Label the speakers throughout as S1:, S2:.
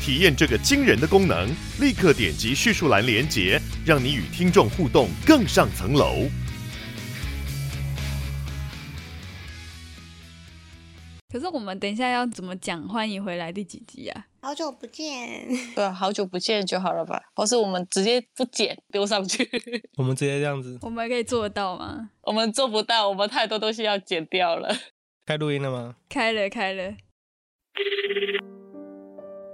S1: 体验这个惊人的功能，立刻点击叙述栏连接，让你与听众互动更上层楼。
S2: 可是我们等一下要怎么讲“欢迎回来”第几集啊？
S3: 好久不见，
S4: 对啊，好久不见就好了吧？或是我们直接不剪丢上去，
S5: 我们直接这样子
S2: 我们可以做得到吗？
S4: 我们做不到，我们太多东西要剪掉了。
S5: 开录音了吗？
S2: 开了，开了。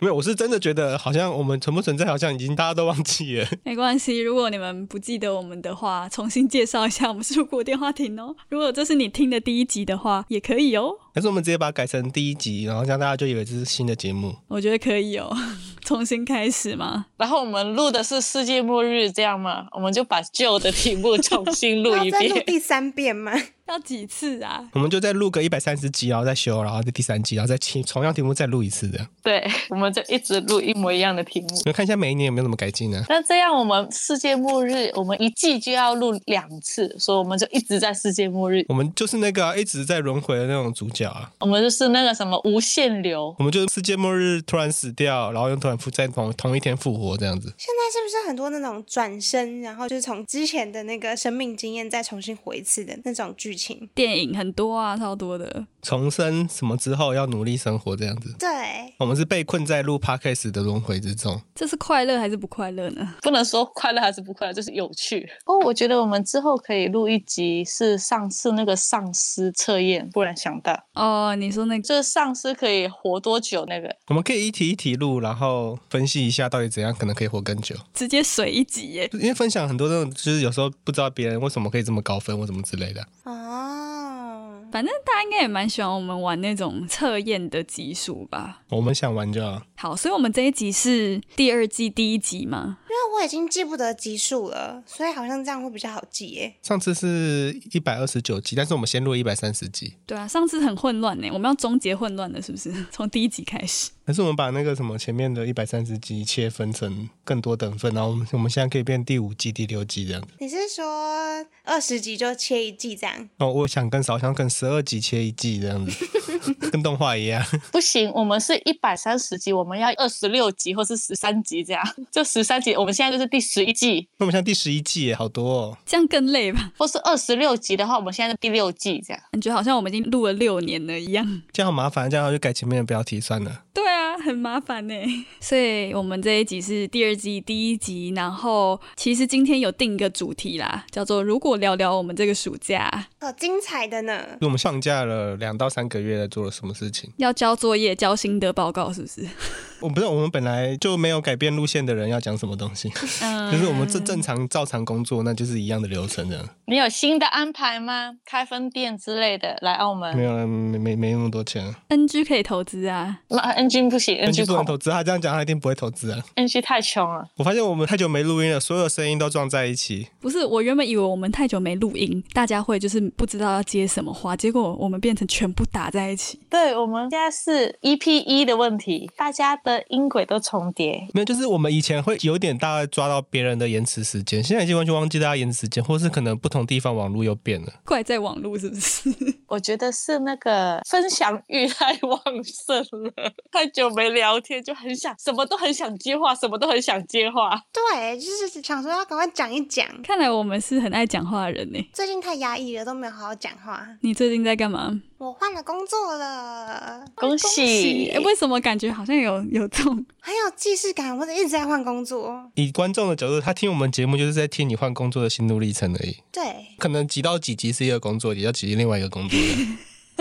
S5: 没有，我是真的觉得好像我们存不存在，好像已经大家都忘记了。
S2: 没关系，如果你们不记得我们的话，重新介绍一下我们是如果电话亭哦。如果这是你听的第一集的话，也可以哦。
S5: 但是我们直接把它改成第一集，然后这样大家就以为这是新的节目。
S2: 我觉得可以哦， 重新开始嘛。
S4: 然后我们录的是世界末日，这样吗？我们就把旧的题 目重新录
S3: 然
S4: 一
S3: 后再录
S4: 遍。
S3: 第三遍吗？
S2: 要几次啊？
S5: 我们就再录个一百三十集，然后再修，然后第三集，然后再请同样题目再录一次的。
S4: 对，我们就一直录一模一样的题目。
S5: 你们看一下每一年有没有什么改进呢、
S4: 那这样，我们世界末日，我们一季就要录两次，所以我们就一直在世界末日。
S5: 我们就是那个啊、一直在轮回的那种主角啊，
S4: 我们就是那个什么无限流，
S5: 我们就是世界末日突然死掉，然后又突然复在同同一天复活这样子。
S3: 现在是不是很多那种转身，然后就是从之前的那个生命经验再重新回一次的那种剧情？
S2: 电影很多啊，超多的。
S5: 重生什么之后要努力生活这样子。
S3: 对，
S5: 我们是被困在录 podcast 的轮回之中。
S2: 这是快乐还是不快乐呢？
S4: 不能说快乐还是不快乐，就是有趣。不哦过我觉得我们之后可以录一集是上次那个丧尸测验，突然想到，
S2: 哦，你说那个
S4: 就是丧尸可以活多久那个。
S5: 我们可以一题一题录，然后分析一下到底怎样可能可以活更久。
S2: 直接水一集耶，
S5: 因为分享很多那种，就是有时候不知道别人为什么可以这么高分或什么之类的。
S3: 哦，
S2: 反正大家应该也蛮喜欢我们玩那种测验的集数吧。
S5: 我们想玩就好，
S2: 好，所以我们这一集是第二季第一集嘛？
S3: 因为我已经记不得集数了，所以好像这样会比较好记耶。
S5: 上次是一百二十九集，但是我们先录一百三十集。
S2: 对啊，上次很混乱呢，我们要终结混乱了，是不是？从第一集开始。
S5: 还是我们把那个什么前面的一百三十集切分成更多等份，然后我们我们现在可以变第五季、第六季这样子。
S6: 你是说二十集就切一季这样？
S5: 哦，我想跟少想跟十二集切一季这样子，跟动画一样。
S4: 不行，我们是一百三十集，我们要二十六集或是十三集这样。 就十三集，我们现在就是第十一季，
S5: 那我们现在第十一季耶好多哦，
S2: 这样更累吧？
S4: 或是二十六集的话，我们现在是第六季这样。
S2: 感觉好像我们已经录了六年了一样。
S5: 这样好麻烦，这样我就改前面的标题算了。
S2: 对啊，很麻烦呢。所以我们这一集是第二季第一集，然后其实今天有定一个主题啦，叫做“如果聊聊我们这个暑假
S3: 哦
S6: 好精彩的呢！
S5: 就我们放假了两到三个月，了，做了什么事情？
S2: 要交作业、交心得报告”，是不 是？
S5: 我不知道，我们本来就没有改变路线的人要讲什么东西，
S2: 嗯，
S5: 就是我们正正常照常工作，那就是一样的流程这样。
S4: 你有新的安排吗？开分店之类的来澳
S5: 没
S2: 嗯
S4: 门？
S5: 有，没没没那么多钱。
S2: NG 可以投资啊，
S4: 那 NG 不行
S5: 根据
S4: ，NG
S5: 不能
S4: 恐
S5: 投资，啊他这样讲他一定不会投资啊。
S4: NG 太穷了。
S5: 我发现我们太久没录音了，所有声音都撞在一起。
S2: 不是我原本以为我们太久没录音，大家会就是不知道要接什么话，结果我们变成全部打在一起。
S4: 对我们现在是 EP 一的问题，大家的音轨都重叠。
S5: 没有，就是我们以前会有点大概抓到别人的延迟时间，现在已经完全忘记大家延迟时间，或是可能不同地方网络又变了。
S2: 怪在网络是不是？
S4: 我觉得是那个分享欲 太旺盛了，太久没聊天就很想，什么都很想接话，什么都很想接话。
S6: 对，就是想说要赶快讲一讲。
S2: 看来我们是很爱讲话的人呢。
S6: 最近太压抑了，都没有好好讲话。
S2: 你最近在干嘛？
S6: 我换了工作了，
S4: 恭
S2: 喜！哎
S4: 喜！
S2: 诶为什么感觉好像有有这种
S6: 很有既视感。我一直在换工作，
S5: 以观众的角度，他听我们节目就是在听你换工作的心路历程而已。
S6: 对，
S5: 可能几到几集是一个工作，几到几集另外一个工作。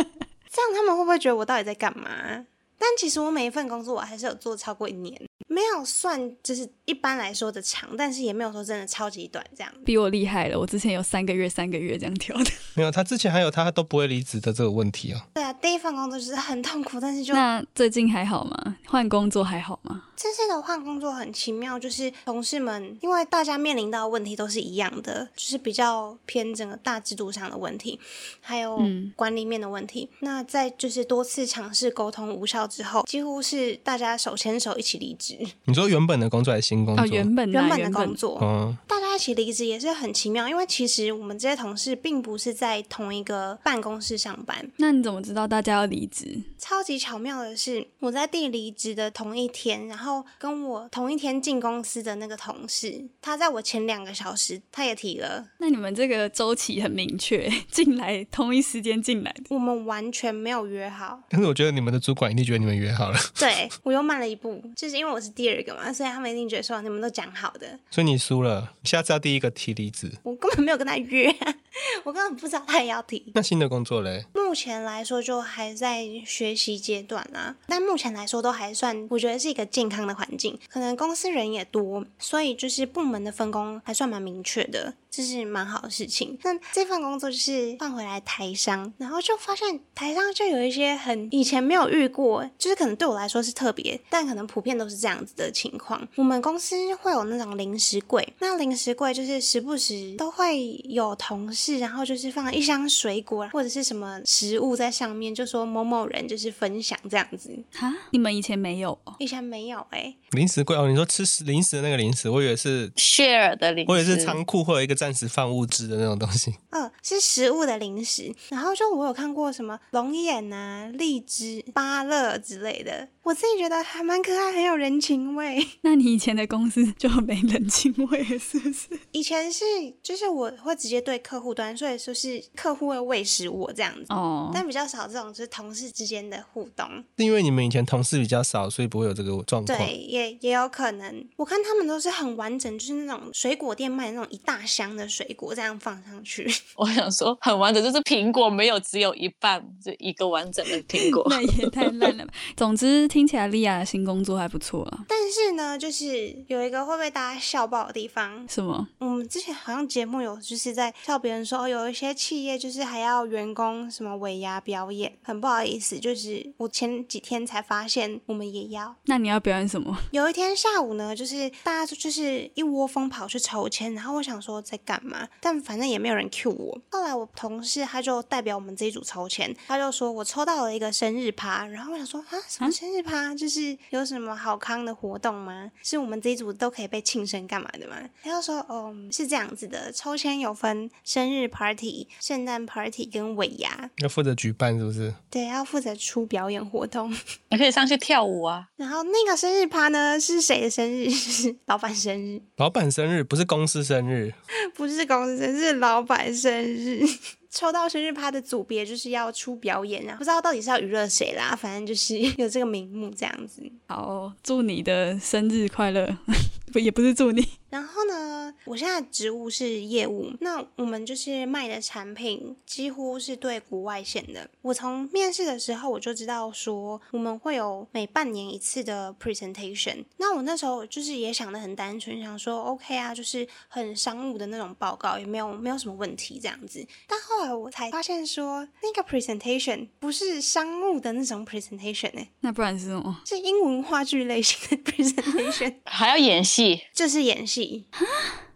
S6: 这样他们会不会觉得我到底在干嘛？但其实我每一份工作我还是有做超过一年，没有算就是一般来说的长，但是也没有说真的超级短这样。
S2: 比我厉害了？我之前有三个月、三个月这样跳的。
S5: 没有，他之前还有他都不会离职的这个问题啊。
S6: 对啊，第一份工作就是很痛苦，但是就
S2: 那最近还好吗？换工作还好吗？
S6: 这次的换工作很奇妙，就是同事们因为大家面临到的问题都是一样的，就是比较偏整个大制度上的问题，还有
S2: 嗯
S6: 管理面的问题。那在就是多次尝试沟通无效之后，几乎是大家手牵手一起离职，
S5: 你说原本的工作还是新工作？
S2: 哦，原本啊
S6: 原本的工作。
S5: 嗯，
S6: 大家一起离职也是很奇妙，因为其实我们这些同事并不是在同一个办公室上班，
S2: 那你怎么知道大家要离职？
S6: 超级巧妙的是，我在地离职的同一天，然后跟我同一天进公司的那个同事，他在我前两个小时，他也提了，
S2: 那你们这个周期很明确， 进来同一时间进来的，
S6: 我们完全没有约好。
S5: 但是我觉得你们的主管一定觉得你们约好了，
S6: 对我又慢了一步，就是因为我是第二个嘛，所以他们一定觉得说你们都讲好的，
S5: 所以你输了，下次要第一个提离职。
S6: 我根本没有跟他约、啊 我根本不知道他也要提。
S5: 那新的工作嘞？
S6: 目前来说，就还在学习阶段啦、但目前来说都还算，我觉得是一个健康的环境。可能公司人也多，所以就是部门的分工还算蛮明确的，这是蛮好的事情。那这份工作就是换回来台商，然后就发现台商就有一些很以前没有遇过，就是可能对我来说是特别，但可能普遍都是这样子的情况。我们公司会有那种零食柜，那零食柜就是时不时都会有同事，然后就是放一箱水果啊或者是什么食物在上面，就说某某人就是分享这样子。
S2: 哈，你们以前没有哦？
S6: 以前没有哎、
S5: 零食柜哦，你说吃食零食的那个零食，我以为是，
S4: share 的零食，
S5: 我以为是仓库会有一个暂时放物资的那种东西。
S6: 嗯，是食物的零食。然后就我有看过什么龙眼啊、荔枝、芭乐之类的，我自己觉得还蛮可爱，很有人情味。
S2: 那你以前的公司就没人情味了，是不是？
S6: 以前是就是我会直接对客户端，所以说是客户会喂食我这样子。
S2: 哦，
S6: 但比较少这种就是同事之间的互动，
S5: 是因为你们以前同事比较少，所以不会有这个状况。
S6: 对，也也有可能。我看他们都是很完整，就是那种水果店卖的那种一大箱的水果这样放上去。
S4: 我想说很完整，就是苹果没有只有一半，就一个完整的苹 果。
S2: 那也太烂了吧。总之，听起来莉亚的新工作还不错啊。
S6: 但是呢，就是有一个会被大家笑爆的地方，
S2: 什么？
S6: 我们之前好像节目有就是在笑别人说，哦，有一些企业就是还要员工什么尾牙表演，很不好意思，就是我前几天才发现我们也要。
S2: 那你要表演生什么？
S6: 有一天下午呢，就是大家就就是一窝蜂跑去抽签，然后我想说在干嘛，但反正也没有人 cue 我。后来我同事他就代表我们这一组抽签，他就说我抽到了一个生日趴，然后我想说啊，什么生日趴？就是有什么好康的活动吗？是我们这一组都可以被庆生干嘛的吗？他就说哦，是这样子的，抽签有分生日 party、圣诞 party 跟尾牙，
S5: 要负责举办是不是？
S6: 对，要负责出表演活动。
S4: 你可以上去跳舞啊。
S6: 然后那个生日趴呢是谁的生日？ 是老板生日，
S5: 老板生日不是公司生日，
S6: 不是公司生日，是老板生日。 抽到生日趴的组别就是要出表演啊，不知道到底是要娱乐谁啦，反正就是有这个名目这样子。
S2: 好，祝你的生日快乐， 不也不是祝你，
S6: 然后呢，我现在的职务是业务，那我们就是卖的产品几乎是对国外线的。我从面试的时候我就知道说我们会有每半年一次的 presentation。那我那时候就是也想的很单纯，想说 OK 啊，就是很商务的那种报告，也没有没有什么问题这样子。但后来我才发现说，那个 presentation 不是商务的那种 presentation 呢、
S2: 那不然是什么？
S6: 是英文话剧类型的 presentation。
S4: 还要演戏，
S6: 就是演戏，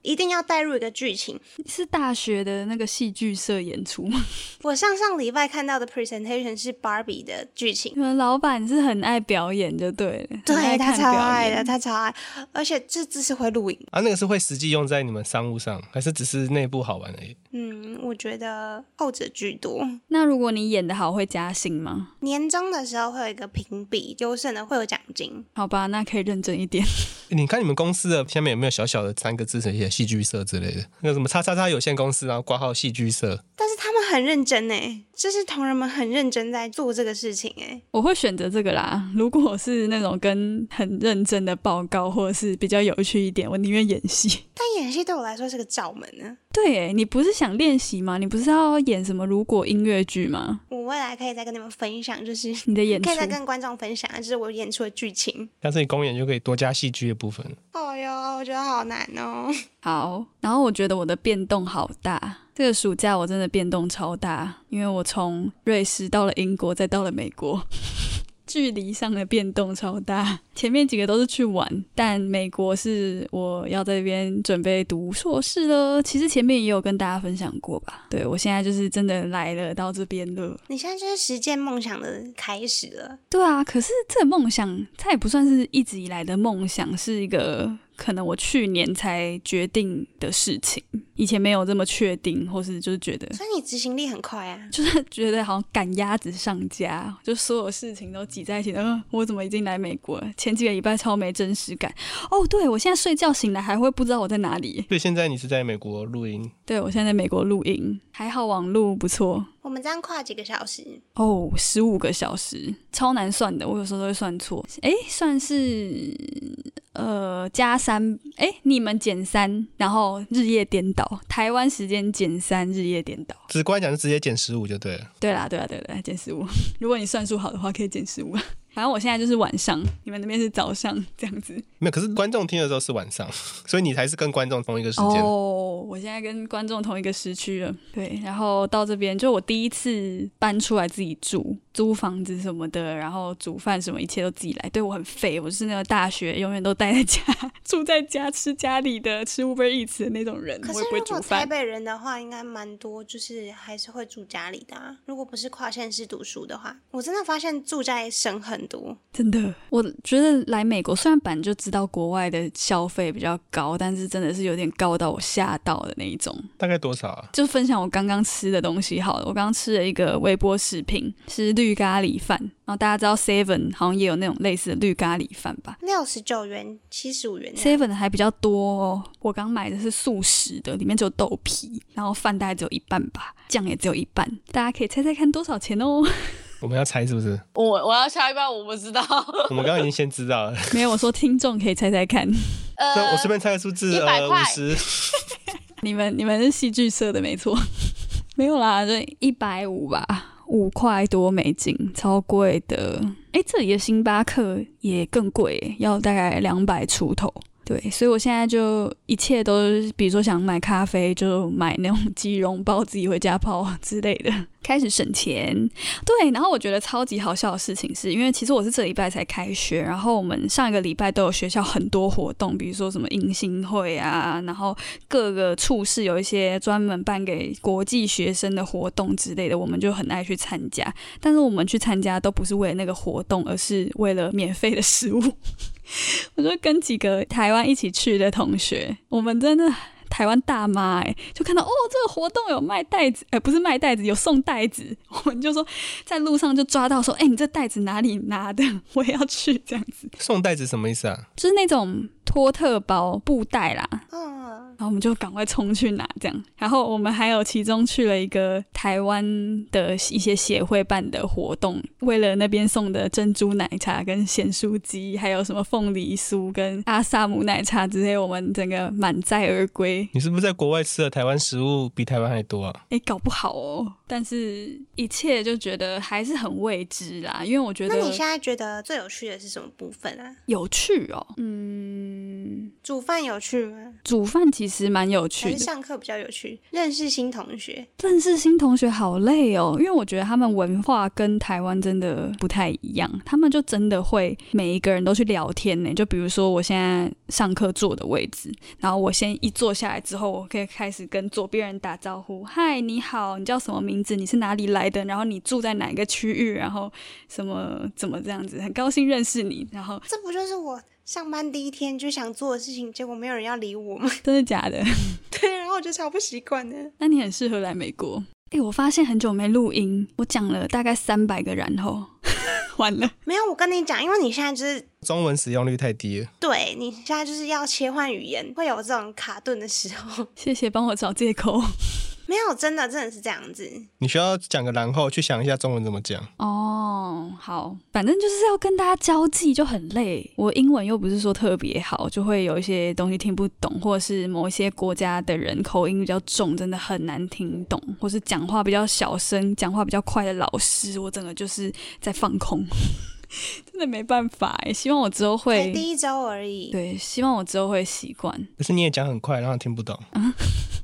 S6: 一定要带入一个剧情。
S2: 是大学的那个戏剧社演出吗？
S6: 我上上礼拜看到的 presentation 是 Barbie 的剧情
S2: 你，们老板是很爱表演就对了，很
S6: 对
S2: 爱
S6: 他
S2: 看
S6: 超
S2: 表
S6: 爱
S2: 演
S6: 的，他超爱，而且这只是会录影。
S5: 啊，那个是会实际用在你们商务上，还是只是内部好玩而已？
S6: 嗯，我觉得后者居多。
S2: 那如果你演的好，会加薪吗？
S6: 年终的时候会有一个评比，优胜的会有奖金。
S2: 好吧，那可以认真一点。
S5: 你看你们公司的下面有没有小小的三个字写戏剧社之类的？那个什么叉叉叉有限公司，然后挂号戏剧社，
S6: 但是他们很认真诶，就是同仁们很认真在做这个事情欸诶。
S2: 我会选择这个啦。如果是那种跟很认真的报告，或者是比较有趣一点，我宁愿演戏。
S6: 但演戏对我来说是个罩门啊呢。
S2: 对耶，你不是想练习吗？你不是要演什么如果音乐剧吗？
S6: 我未来可以再跟你们分享，就是
S2: 你的演出
S6: 可以再跟观众分享，就是我演出的剧情。
S5: 但是你公演就可以多加戏剧的部分。
S6: 哎呦，我觉得好难哦。
S2: 好，然后我觉得我的变动好大。这个暑假我真的变动超大，因为我从瑞士到了英国，再到了美国， 距离上的变动超大。前面几个都是去玩，但美国是我要在这边准备读硕士了。其实前面也有跟大家分享过吧。对我现在就是真的来了，到这边了。
S6: 你现在就是实践梦想的开始了，
S2: 对啊，可是这个梦想，它也不算是一直以来的梦想，是一个可能我去年才决定的事情，以前没有这么确定，或是就是觉得。
S6: 所以你执行力很快啊。
S2: 就是觉得好像赶鸭子上架，就所有事情都挤在一起。嗯、我怎么已经来美国了？前几个礼拜超没真实感。哦，对，我现在睡觉醒来还会不知道我在哪里。
S5: 所以现在你是在美国录音，
S2: 对我现在在美国录音，还好网路不错。
S6: 我们这样跨几个小时，
S2: 哦，十五个小时，超难算的，我有时候都会算错。诶，算是呃加三，诶，你们减三，然后日夜颠倒，台湾时间减三，日夜颠倒。
S5: 直观讲是直接减十五就对了。
S2: 对啦，对啦，对啦，减十五。 如果你算数好的话，可以减十五。 反正我现在就是晚上，你们那边是早上这样子。
S5: 没有，可是观众听的时候是晚上， 所以你还是跟观众同一个时间。
S2: 哦，我现在跟观众同一个时区了。对，然后到这边就我第一次搬出来自己住，租房子什么的，然后煮饭什么，一切都自己来。对我很废，我是那个大学永远都待在家， 住在家吃家里的，吃 Uber Eats 的那种人，我
S6: 可是
S2: 也不会
S6: 如
S2: 煮
S6: 果台
S2: 饭。
S6: 北人的话，应该蛮多，就是还是会住家里的、啊。如果不是跨县市读书的话，我真的发现住在省很多。
S2: 真的，我觉得来美国虽然本来就知道国外的消费比较高，但是真的是有点高到我吓到的那一种。
S5: 大概多少啊？
S2: 就分享我刚刚吃的东西好了。我刚刚吃了一个微波食品，是绿咖喱饭。然后大家知道 Seven 好像也有那种类似的绿咖喱饭吧
S6: 六十九元、七十五元这样，
S2: ？Seven 的还比较多哦。我刚买的是素食的，里面只有豆皮，然后饭大概只有一半吧，酱也只有一半。大家可以猜猜看多少钱哦？
S5: 我们要猜是不是？
S4: 我我要下一半，我不知 道。
S5: 我们刚刚已经先知道了，
S2: 没有，我说听众可以猜猜看。
S5: 那
S4: 呃，
S5: 我随便猜个数字，
S4: 100
S5: 呃，五
S4: 块
S5: 十。
S2: 你们你们是戏剧社的没错， 没有啦，就一百五吧，五块多美金，超贵的。诶，这里的星巴克也更贵，要大概两百出头。对，所以我现在就一切 都是，比如说想买咖啡，就买那种即溶包，自己回家泡之类的。开始省钱。对，然后我觉得超级好笑的事情是，因为其实我是这礼拜才开学，然后我们上一个礼拜都有学校很多活动，比如说什么迎新会啊，然后各个处室有一些专门办给国际学生的活动之类的，我们就很爱去参加。但是我们去参加都不是为了那个活动，而是为了免费的食物。 我就跟几个台湾一起去的同学，我们真的台湾大妈哎、就看到哦这个活动有卖袋子，哎、不是卖袋子，有送袋子， 我们就说在路上就抓到说，哎、你这袋子哪里拿的？ 我也要去这样子，
S5: 送袋子什么意思啊？
S2: 就是那种托特包布袋啦，
S6: 嗯，
S2: 然后我们就赶快冲去拿这样。然后我们还有其中去了一个台湾的一些协会办的活动，为了那边送的珍珠奶茶、跟咸酥鸡，还有什么凤梨酥跟阿萨姆奶茶之类，我们整个满载而归。
S5: 你是不是在国外吃的台湾食物比台湾还多啊？
S2: 哎，搞不好哦，但是一切就觉得还是很未知啦，因为我觉
S6: 那
S2: 得
S6: 你现在觉得最有趣的是什么部分啊？
S2: 有趣哦，嗯，
S6: 煮饭有趣吗？
S2: 煮饭其实蛮有
S6: 还
S2: 趣
S6: 是
S2: 的。
S6: 上课比较有趣？认识新同学，
S2: 认识新同学好累哦，因为我觉得他们文化跟台湾真的不太一样，他们就真的会每一个人都去聊天呢。就比如说我现在上课坐的位置，然后我先一坐下来之后，我可以开始跟左边人打招呼：“嗨，你好，你叫什么名字？你是哪里来的？然后你住在哪一个区域？然后什么怎么这样子？很高兴认识你。”然后
S6: 这不就是我上班第一天就想做的事情，结果没有人要理我吗？
S2: 真的假的？
S6: 对，然后我就超不习惯的。
S2: 那你很适合来美国。哎，我发现很久没录音，我讲了大概三百个然后， 完了。
S6: 没有，我跟你讲，因为你现在就是
S5: 中文使用率太低了，
S6: 对你现在就是要切换语言，会有这种卡顿的时候。
S2: 谢谢帮我找借口
S6: 没有，真的真的是这样子。
S5: 你需要讲个然后去想一下中文怎么讲。
S2: 哦。好，反正就是要跟大家交际就很累。我英文又不是说特别好，就会有一些东西听不懂，或者是某一些国家的人口音比较重，真的很难听懂，或是讲话比较小声、讲话比较快的老师，我整个就是在放空， 真的没办法哎。希望我之后
S6: 才
S2: 会
S6: 第一周而已。
S2: 对，希望我之后会习惯。
S5: 可是你也讲很快，让他听不懂。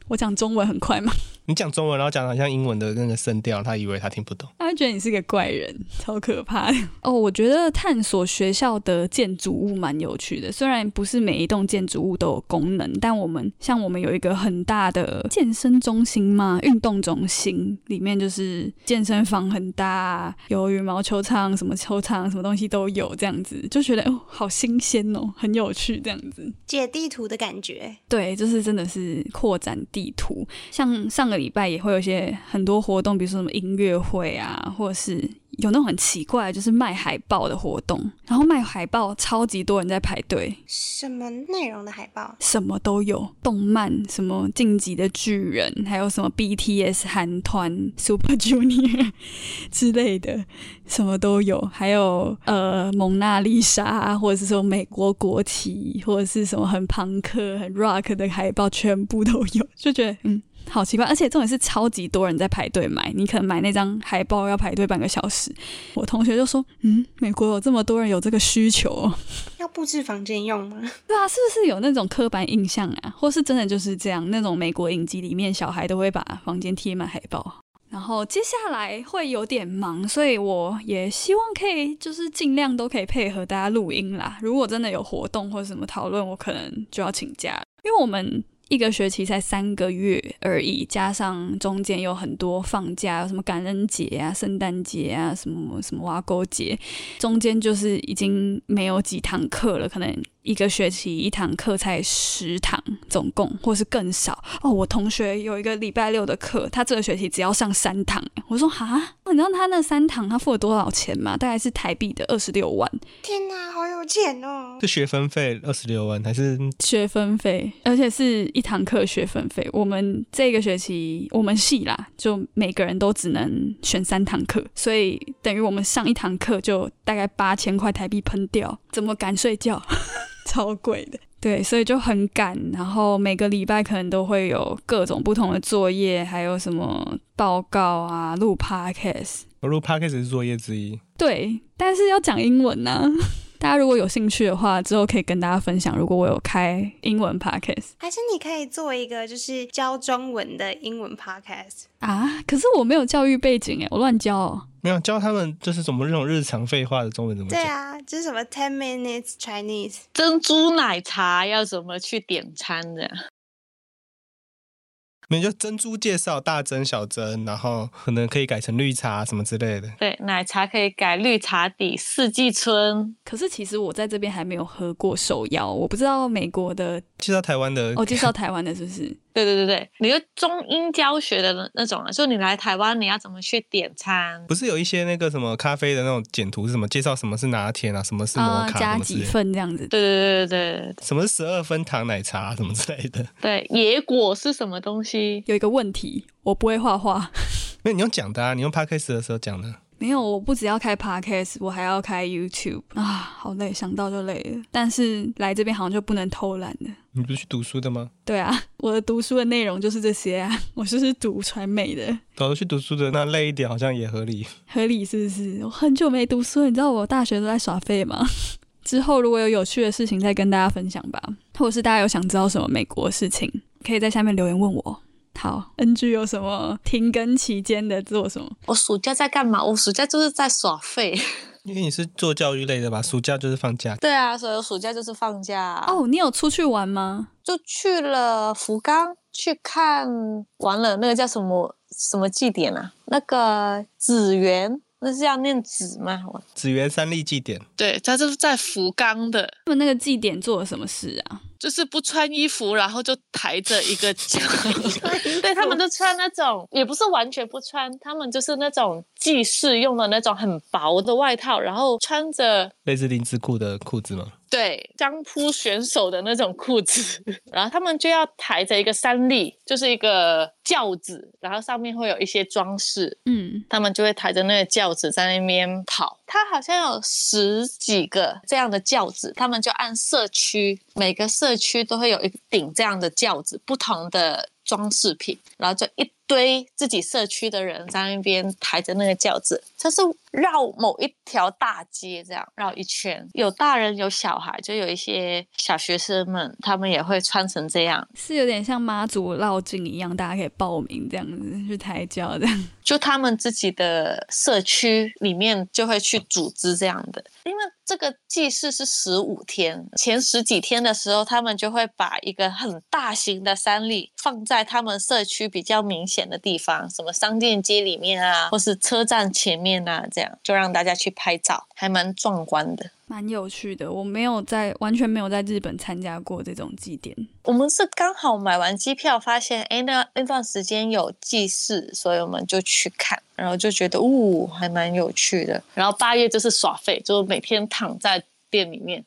S2: 我讲中文很快嘛，
S5: 你讲中文，然后讲的像英文的那个声调，他以为他听不懂。
S2: 他会觉得你是个怪人，超可怕的。 哦，我觉得探索学校的建筑物蛮有趣的，虽然不是每一栋建筑物都有功能，但我们像我们有一个很大的健身中心嘛，运动中心里面就是健身房很大，有羽毛球场、什么球场、什么东西都有，这样子就觉得哦，好新鲜哦，很有趣这样子。
S6: 解地图的感觉。
S2: 对，就是真的是扩展地图。像上个礼拜也会有一些很多活动，比如说什么音乐会啊，或者是有那种很奇怪，就是卖海报的活动。然后卖海报，超级多人在排队，
S6: 什么内容的海报？
S2: 什么都有，动漫、什么晋级的巨人，还有什么 BTS 韩团、Super Junior 之类的，什么都有。还有呃，蒙娜丽莎啊，或者是说美国国旗，或者是什么很朋克、很 rock 的海报，全部都有，就觉得嗯。好奇怪，而且重点是超级多人在排队买，你可能买那张海报要排队半个小时。我同学就说：“嗯，美国有这么多人有这个需求、哦。”
S6: 要布置房间用吗？
S2: 对啊，是不是有那种刻板印象啊？或是真的就是这样？那种美国影集里面，小孩都会把房间贴满海报。然后接下来会有点忙，所以我也希望可以就是尽量都可以配合大家录音啦。如果真的有活动或者什么讨论，我可能就要请假了，因为我们一个学期才三个月而已，加上中间有很多放假，有什么感恩节啊、圣诞节啊、什么什么挖沟节，啊中间就是已经没有几堂课了，可能一个学期一堂课才十堂总共，或是更少。哦，我同学有一个礼拜六的课，他这个学期只要上三堂。我说哈，你知道他那三堂他付了多少钱吗？大概是台币的二十六万
S6: 天哪，好有钱哦！
S5: 这学分费二十六万，还是
S2: 学分费，而且是一堂课学分费。我们这个学期我们系啦，就每个人都只能选三堂课，所以等于我们上一堂课就大概八千块台币喷掉，怎么敢睡觉？ 超贵的。对，所以就很赶，然后每个礼拜可能都会有各种不同的作业，还有什么报告啊、录 podcast。
S5: 我录 podcast 是作业之一？
S2: 对，但是要讲英文呢、啊 大家如果有兴趣的话，之后可以跟大家分享。如果我有开英文 podcast
S6: 还是你可以做一个就是教中文的英文 podcast，
S2: 啊，可是我没有教育背景哎，我乱教、哦。
S5: 没有教他们就是怎么这种日常废话的中文怎么
S6: 对
S5: 讲。
S6: 啊，就是什么 ten minutes Chinese，
S4: 珍珠奶茶要怎么去点餐的？
S5: 没有就珍珠介绍大珍小珍，然后可能可以改成绿茶什么之类的。
S4: 对，奶茶可以改绿茶底、四季春。
S2: 可是其实我在这边还没有喝过手摇，我不知道美国的
S5: 介绍台湾的
S2: 哦，介绍台湾的 是不是？
S4: 对对对对，你就中英教学的那种啊了，就你来台湾你要怎么去点餐？
S5: 不是有一些那个什么咖啡的那种简图是什么？介绍什么是拿铁啊，什么是摩
S2: 啊、
S5: 卡，
S2: 加
S5: 什么之
S2: 几
S5: 类的
S2: 份这样子。
S4: 对对对对
S5: 什么是十二分糖奶茶什么之类的。
S4: 对对，野果是什么东西？
S2: 有一个问题，我不会画画，
S5: 没有，你用讲的啊，你用 podcast 的时候讲的。
S2: 没有，我不只要开 podcast，我还要开 YouTube 啊，好累，想到就累了。但是来这边好像就不能偷懒了。
S5: 你不是去读书的吗？
S2: 对啊，我的读书的内容就是这些啊，我就是读传媒的，
S5: 早上去读书的那累一点好像也合理。
S2: 合理是不是？我很久没读书了，你知道我大学都在耍废吗？ 之后如果有有趣的事情再跟大家分享吧，或者是大家有想知道什么美国的事情，可以在下面留言问我。好，NG 有什么停更期间的做什么？
S4: 我暑假在干嘛？我暑假就是在耍废。
S5: 因为你是做教育类的吧，暑假就是放假。
S4: 对啊，所以我暑假就是放假，
S2: 哦，你有出去玩吗？
S4: 就去了福冈去看完了那个叫什么什么祭典啊？那个紫园，那是要念紫吗？我
S5: 紫园三立祭典，
S4: 对，它是在福冈的，
S2: 他们那个祭典做了什么事啊？
S4: 就是不穿衣服，然后就抬着一个脚。 对他们就穿那种，也不是完全不穿，他们就是那种祭祀用的那种很薄的外套，然后穿着
S5: 类似林子裤的裤子吗？
S4: 对相扑选手的那种裤子， 然后他们就要抬着一个三立，就是一个轿子，然后上面会有一些装饰，
S2: 嗯，
S4: 他们就会抬着那个轿子在那边跑。它好像有十几个这样的轿子，他们就按社区，每个社区都会有一顶这样的轿子，不同的装饰品，然后就一堆自己社区的人在那边抬着那个轿子，它是绕某一条大街这样绕一圈，有大人有小孩，就有一些小学生们，他们也会穿成这样，
S2: 是有点像妈祖绕境一样，大家可以报名这样子去抬轿这样。
S4: 就他们自己的社区里面就会去组织这样的，因为这个祭祀是十五天，前十几天的时候，他们就会把一个很大型的山栗放在他们社区比较明显的地方，什么商店街里面啊，或是车站前面啊，这样就让大家去拍照，还蛮壮观的。
S2: 蛮有趣的，我没有在完全没有在日本参加过这种祭典。
S4: 我们是刚好买完机票，发现哎，诶那那段时间有祭祀，所以我们就去看，然后就觉得呜、还蛮有趣的。然后八月就是耍废，就每天躺在店里面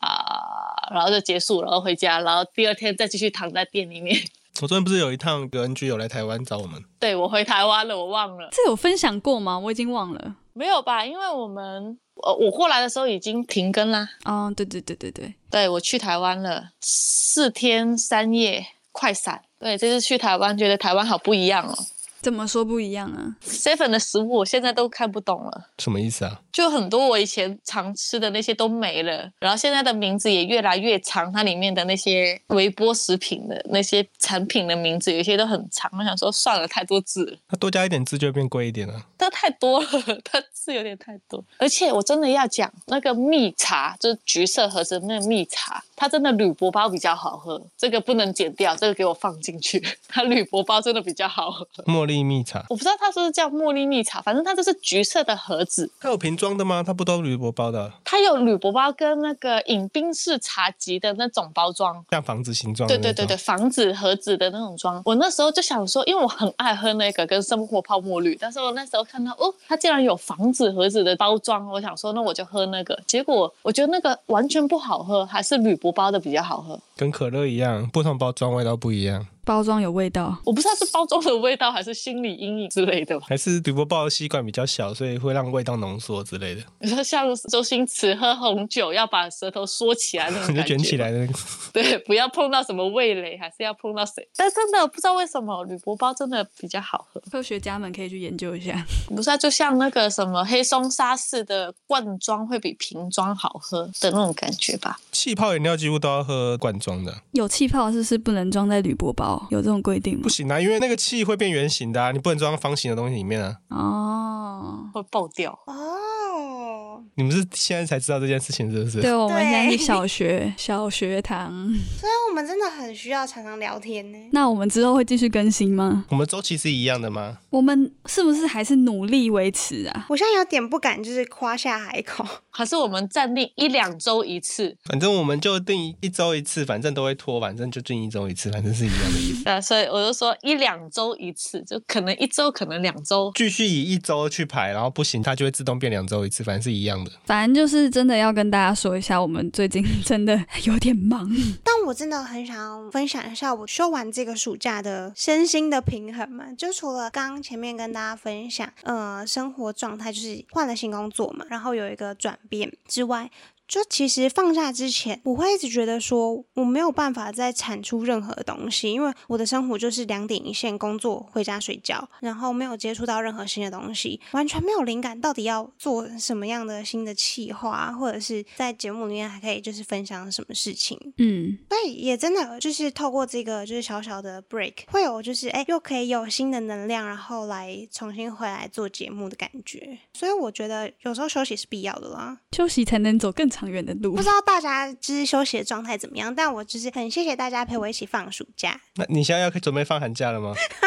S4: 啊、然后就结束，然后回家，然后第二天再继续躺在店里面。
S5: 我昨天不是有一趟有 NG 有来台湾找我们，
S4: 对我回台湾了，我忘了
S2: 这有分享过吗？我已经忘了。
S4: 没有吧？因为我们呃我过来的时候已经停更啦。
S2: 哦，对对对对对，
S4: 对我去台湾了四天三夜，快闪。对，这次去台湾觉得台湾好不一样哦。
S2: 怎么说不一样啊？
S4: seven 的食物我现在都看不懂了，
S5: 什么意思啊？
S4: 就很多我以前常吃的那些都没了，然后现在的名字也越来越长，它里面的那些微波食品的那些产品的名字，有些都很长。我想说算了，太多字了，
S5: 那多加一点字就会变贵一点啊。
S4: 它太多了，它字有点太多。而且我真的要讲那个蜜茶，就是橘色盒子的那个蜜茶，它真的铝箔包比较好喝，这个不能剪掉，这个给我放进去，它铝箔包真的比较好喝。
S5: 茉莉蜜茶，
S4: 我不知道它是不是叫茉莉蜜茶，反正它就是橘色的盒子，
S5: 它有瓶装的吗？它不都铝箔包的，啊
S4: 它有铝箔包跟那个饮冰式茶几的那种包装。
S5: 像房子形状的
S4: 对
S5: 哦那
S4: 对对对，
S5: 种，
S4: 防止盒子的那种装，我那时候就想说，因为我很爱喝那个跟生活泡沫绿，但是我那时候看到哦，它竟然有防止盒子的包装，我想说那我就喝那个，结果我觉得那个完全不好喝，还是铝箔包的比较好喝。
S5: 跟可乐一样，不同包装味道不一样。
S2: 包装有味道，
S4: 我不知道是包装的味道还是心理阴影之类的吧。
S5: 还是铝箔包的吸管比较小，所以会让味道浓缩之类的，
S4: 你说像周星驰喝红酒要把舌头缩起来那种 感
S5: 你就
S4: 觉，
S5: 卷起来。的那个。
S4: 对，不要碰到什么味蕾，还是要碰到谁？但真的不知道为什么铝箔包真的比较好喝。
S2: 科学家们可以去研究一下。
S4: 不是、啊，就像那个什么黑松沙士的罐装会比瓶装好喝的那种感觉吧。
S5: 气泡饮料几乎都要喝罐装的，
S2: 有气泡是不是不能装在铝箔包？有这种规定吗
S5: 不？行啊，因为那个气会变圆形的、啊，你不能装方形的东西里面啊。
S2: 哦，
S4: 会爆掉，
S6: 哦，
S5: 你们是现在才知道这件事情是不是？
S2: 对，我们现在是小学小学堂。
S6: 所以我们真的很需要常常聊天呢。
S2: 那我们之后会继续更新吗？
S5: 我们周期是一样的吗？
S2: 我们是不是还是努力维持啊？
S6: 我现在有点不敢，就是夸下海口。
S4: 还是我们暂定一两周一次？
S5: 反正我们就定一周一次，反正都会拖，反正就定一周一次，反正是一样的意思。
S4: 对啊，所以我就说一两周一次，就可能一周，可能两周。
S5: 继续以一周去排，然后不行，它就会自动变两周一次，反正是一样的。
S2: 反正就是真的要跟大家说一下，我们最近 真的有点忙。
S6: 但我真的很想要分享一下我修完这个暑假的身心的平衡嘛，就除了刚刚前面跟大家分享，呃，生活状态就是换了新工作嘛，然后有一个转变之外。就其实放假之前，我会一直觉得说我没有办法再产出任何东西，因为我的生活就是两点一线，工作、回家睡觉，然后没有接触到任何新的东西，完全没有灵感，到底要做什么样的新的企划啊，或者是在节目里面还可以就是分享什么事情，
S2: 嗯，
S6: 所以也真的就是透过这个就是小小的 break，会有就是哎又可以有新的能量，然后来重新回来做节目的感觉。所以我觉得有时候休息是必要的啦。
S2: 休息才能走更长远的路
S6: 不。知道大家就是休息的状态怎么样，但我就是很谢谢大家陪我一起放暑假。
S5: 那你现在要准备放寒假了吗？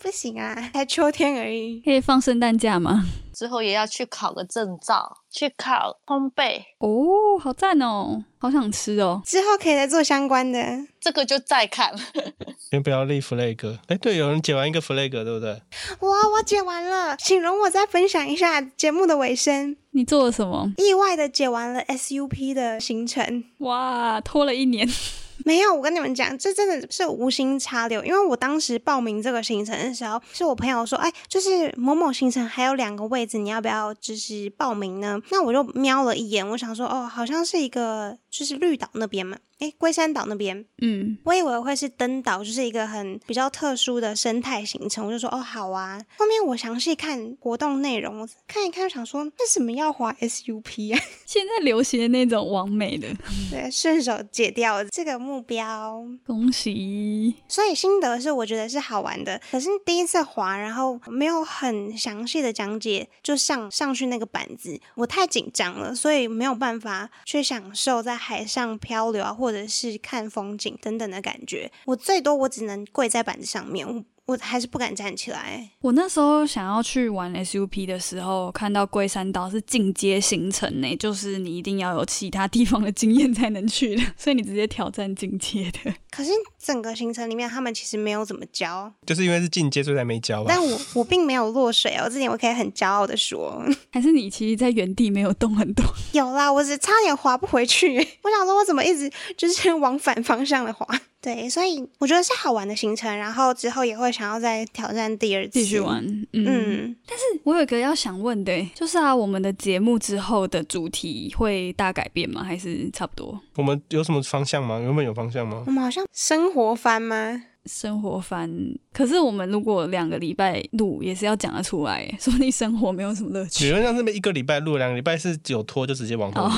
S6: 不行啊，才秋天而已。
S2: 可以放圣诞假吗？
S4: 之后也要去考个证照，去考烘焙，
S2: 哦，好赞哦，好想吃哦。
S6: 之后可以再做相关的。
S4: 这个就再看。
S5: 先不要立 flag。哎，对，有人解完一个 flag，对不对？
S6: 哇，我解完了，请容我再分享一下节目的尾声，
S2: 你做了什么？
S6: 意外的解完了 SUP 的行程。
S2: 哇，拖了一年。
S6: 没有，我跟你们讲，这真的是无心插柳。因为我当时报名这个行程的时候，是我朋友说，哎，就是某某行程还有两个位置，你要不要就是报名呢？那我就瞄了一眼，我想说，哦，好像是一个就是绿岛那边嘛，哎，龟山岛那边，
S2: 嗯，
S6: 我以为会是登岛，就是一个很比较特殊的生态行程，我就说哦好啊。后面我详细看活动内容，我看一看，想说为什么要滑 SUP 啊？
S2: 现在流行的那种完美的，
S6: 对，顺手解掉了这个目标。
S2: 恭喜。
S6: 所以心得是我觉得是好玩的，可是第一次滑，然后没有很详细的讲解，就上上去那个板子，我太紧张了，所以没有办法去享受在海上漂流啊，或者是看风景等等的感觉。我最多我只能跪在板子上面，我我还是不敢站起来。
S2: 我那时候想要去玩 SUP 的时候，看到龟山岛是进阶行程呢，就是你一定要有其他地方的经验才能去的， 所以你直接挑战进阶的。
S6: 可是整个行程里面，他们其实没有怎么教，
S5: 就是因为是进阶，所以才没交吧
S6: 但。我我并没有落水哦，这点我可以很骄傲的说。
S2: 还是你其实在原地没有动很多？
S6: 有啦，我只差点滑不回去。 我想说，我怎么一直就是往反方向的滑？ 对，所以我觉得是好玩的行程，然后之后也会想要再挑战第二次，
S2: 继续。玩，嗯。
S6: 嗯，
S2: 我有一个要想问的，就是啊，我们的节目之后的主题会大改变吗？还是差不多？
S5: 我们有什么方向吗？原本有方向吗
S6: 我？们好像生活番吗？
S2: 生活番，可是我们如果两个礼拜录，也是要讲得出来 耶，说不定生活没有什么乐
S5: 理
S2: 趣。
S5: 论上这边一个礼拜录，两个礼拜是有拖就直接往后。
S2: 哦，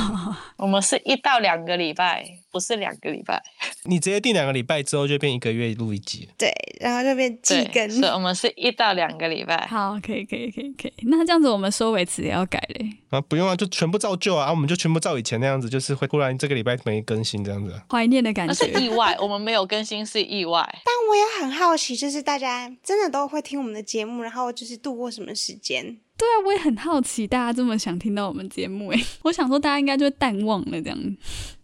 S4: 我们是一到两个礼拜，不是两个礼拜。
S5: 你直接定两个礼拜之后就变一个月录一集。
S6: 对，然后就变季
S4: 对，
S6: 更。
S4: 所以我们是一到两个礼拜。
S2: 好，可以，可以，可以，可以。那这样子，我们收尾词也要改嘞。
S5: 啊，不用啊，就全部照旧啊，啊我们就全部照以前那样子，就是会突然这个礼拜没更新这样子啊、
S2: 怀念的感
S4: 那是
S2: 觉。
S4: 意外，我们没有更新是意 外。
S6: 但我也很好奇，就是大家真的都会听我们的节目，然后就是度过什么时间？
S2: 对啊，我也很好奇，大家这么想听到我们节目诶，我想说大家应该就会淡忘了这样。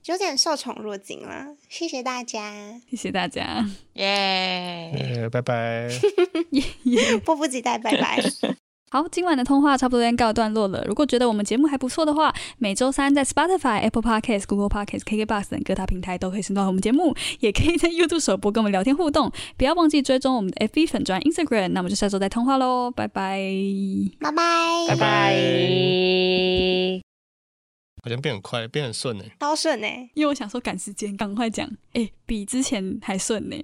S6: 有点受宠若惊了，谢谢大 家，
S2: 谢谢大家，
S4: 耶、
S6: 嗯
S5: 呃，拜拜。
S2: 耶、
S6: 迫不及待，拜拜。
S2: 好，今晚的通话差不多先告一段落了。如果觉得我们节目还不错的话，每周三在 Spotify、Apple Podcast、Google Podcast、KKBox 等各大平台都可以收到我们节目，也可以在 YouTube 首播跟我们聊天互动。不要忘记追踪我们的 FB 粉专 Instagram。那我们就下周再通话喽，拜拜。
S6: 拜拜，
S4: 拜拜。
S5: 好像变很快，变很顺哎。
S6: 高顺呢、欸
S2: 因为我想说赶时间，赶快讲，哎、比之前还顺呢、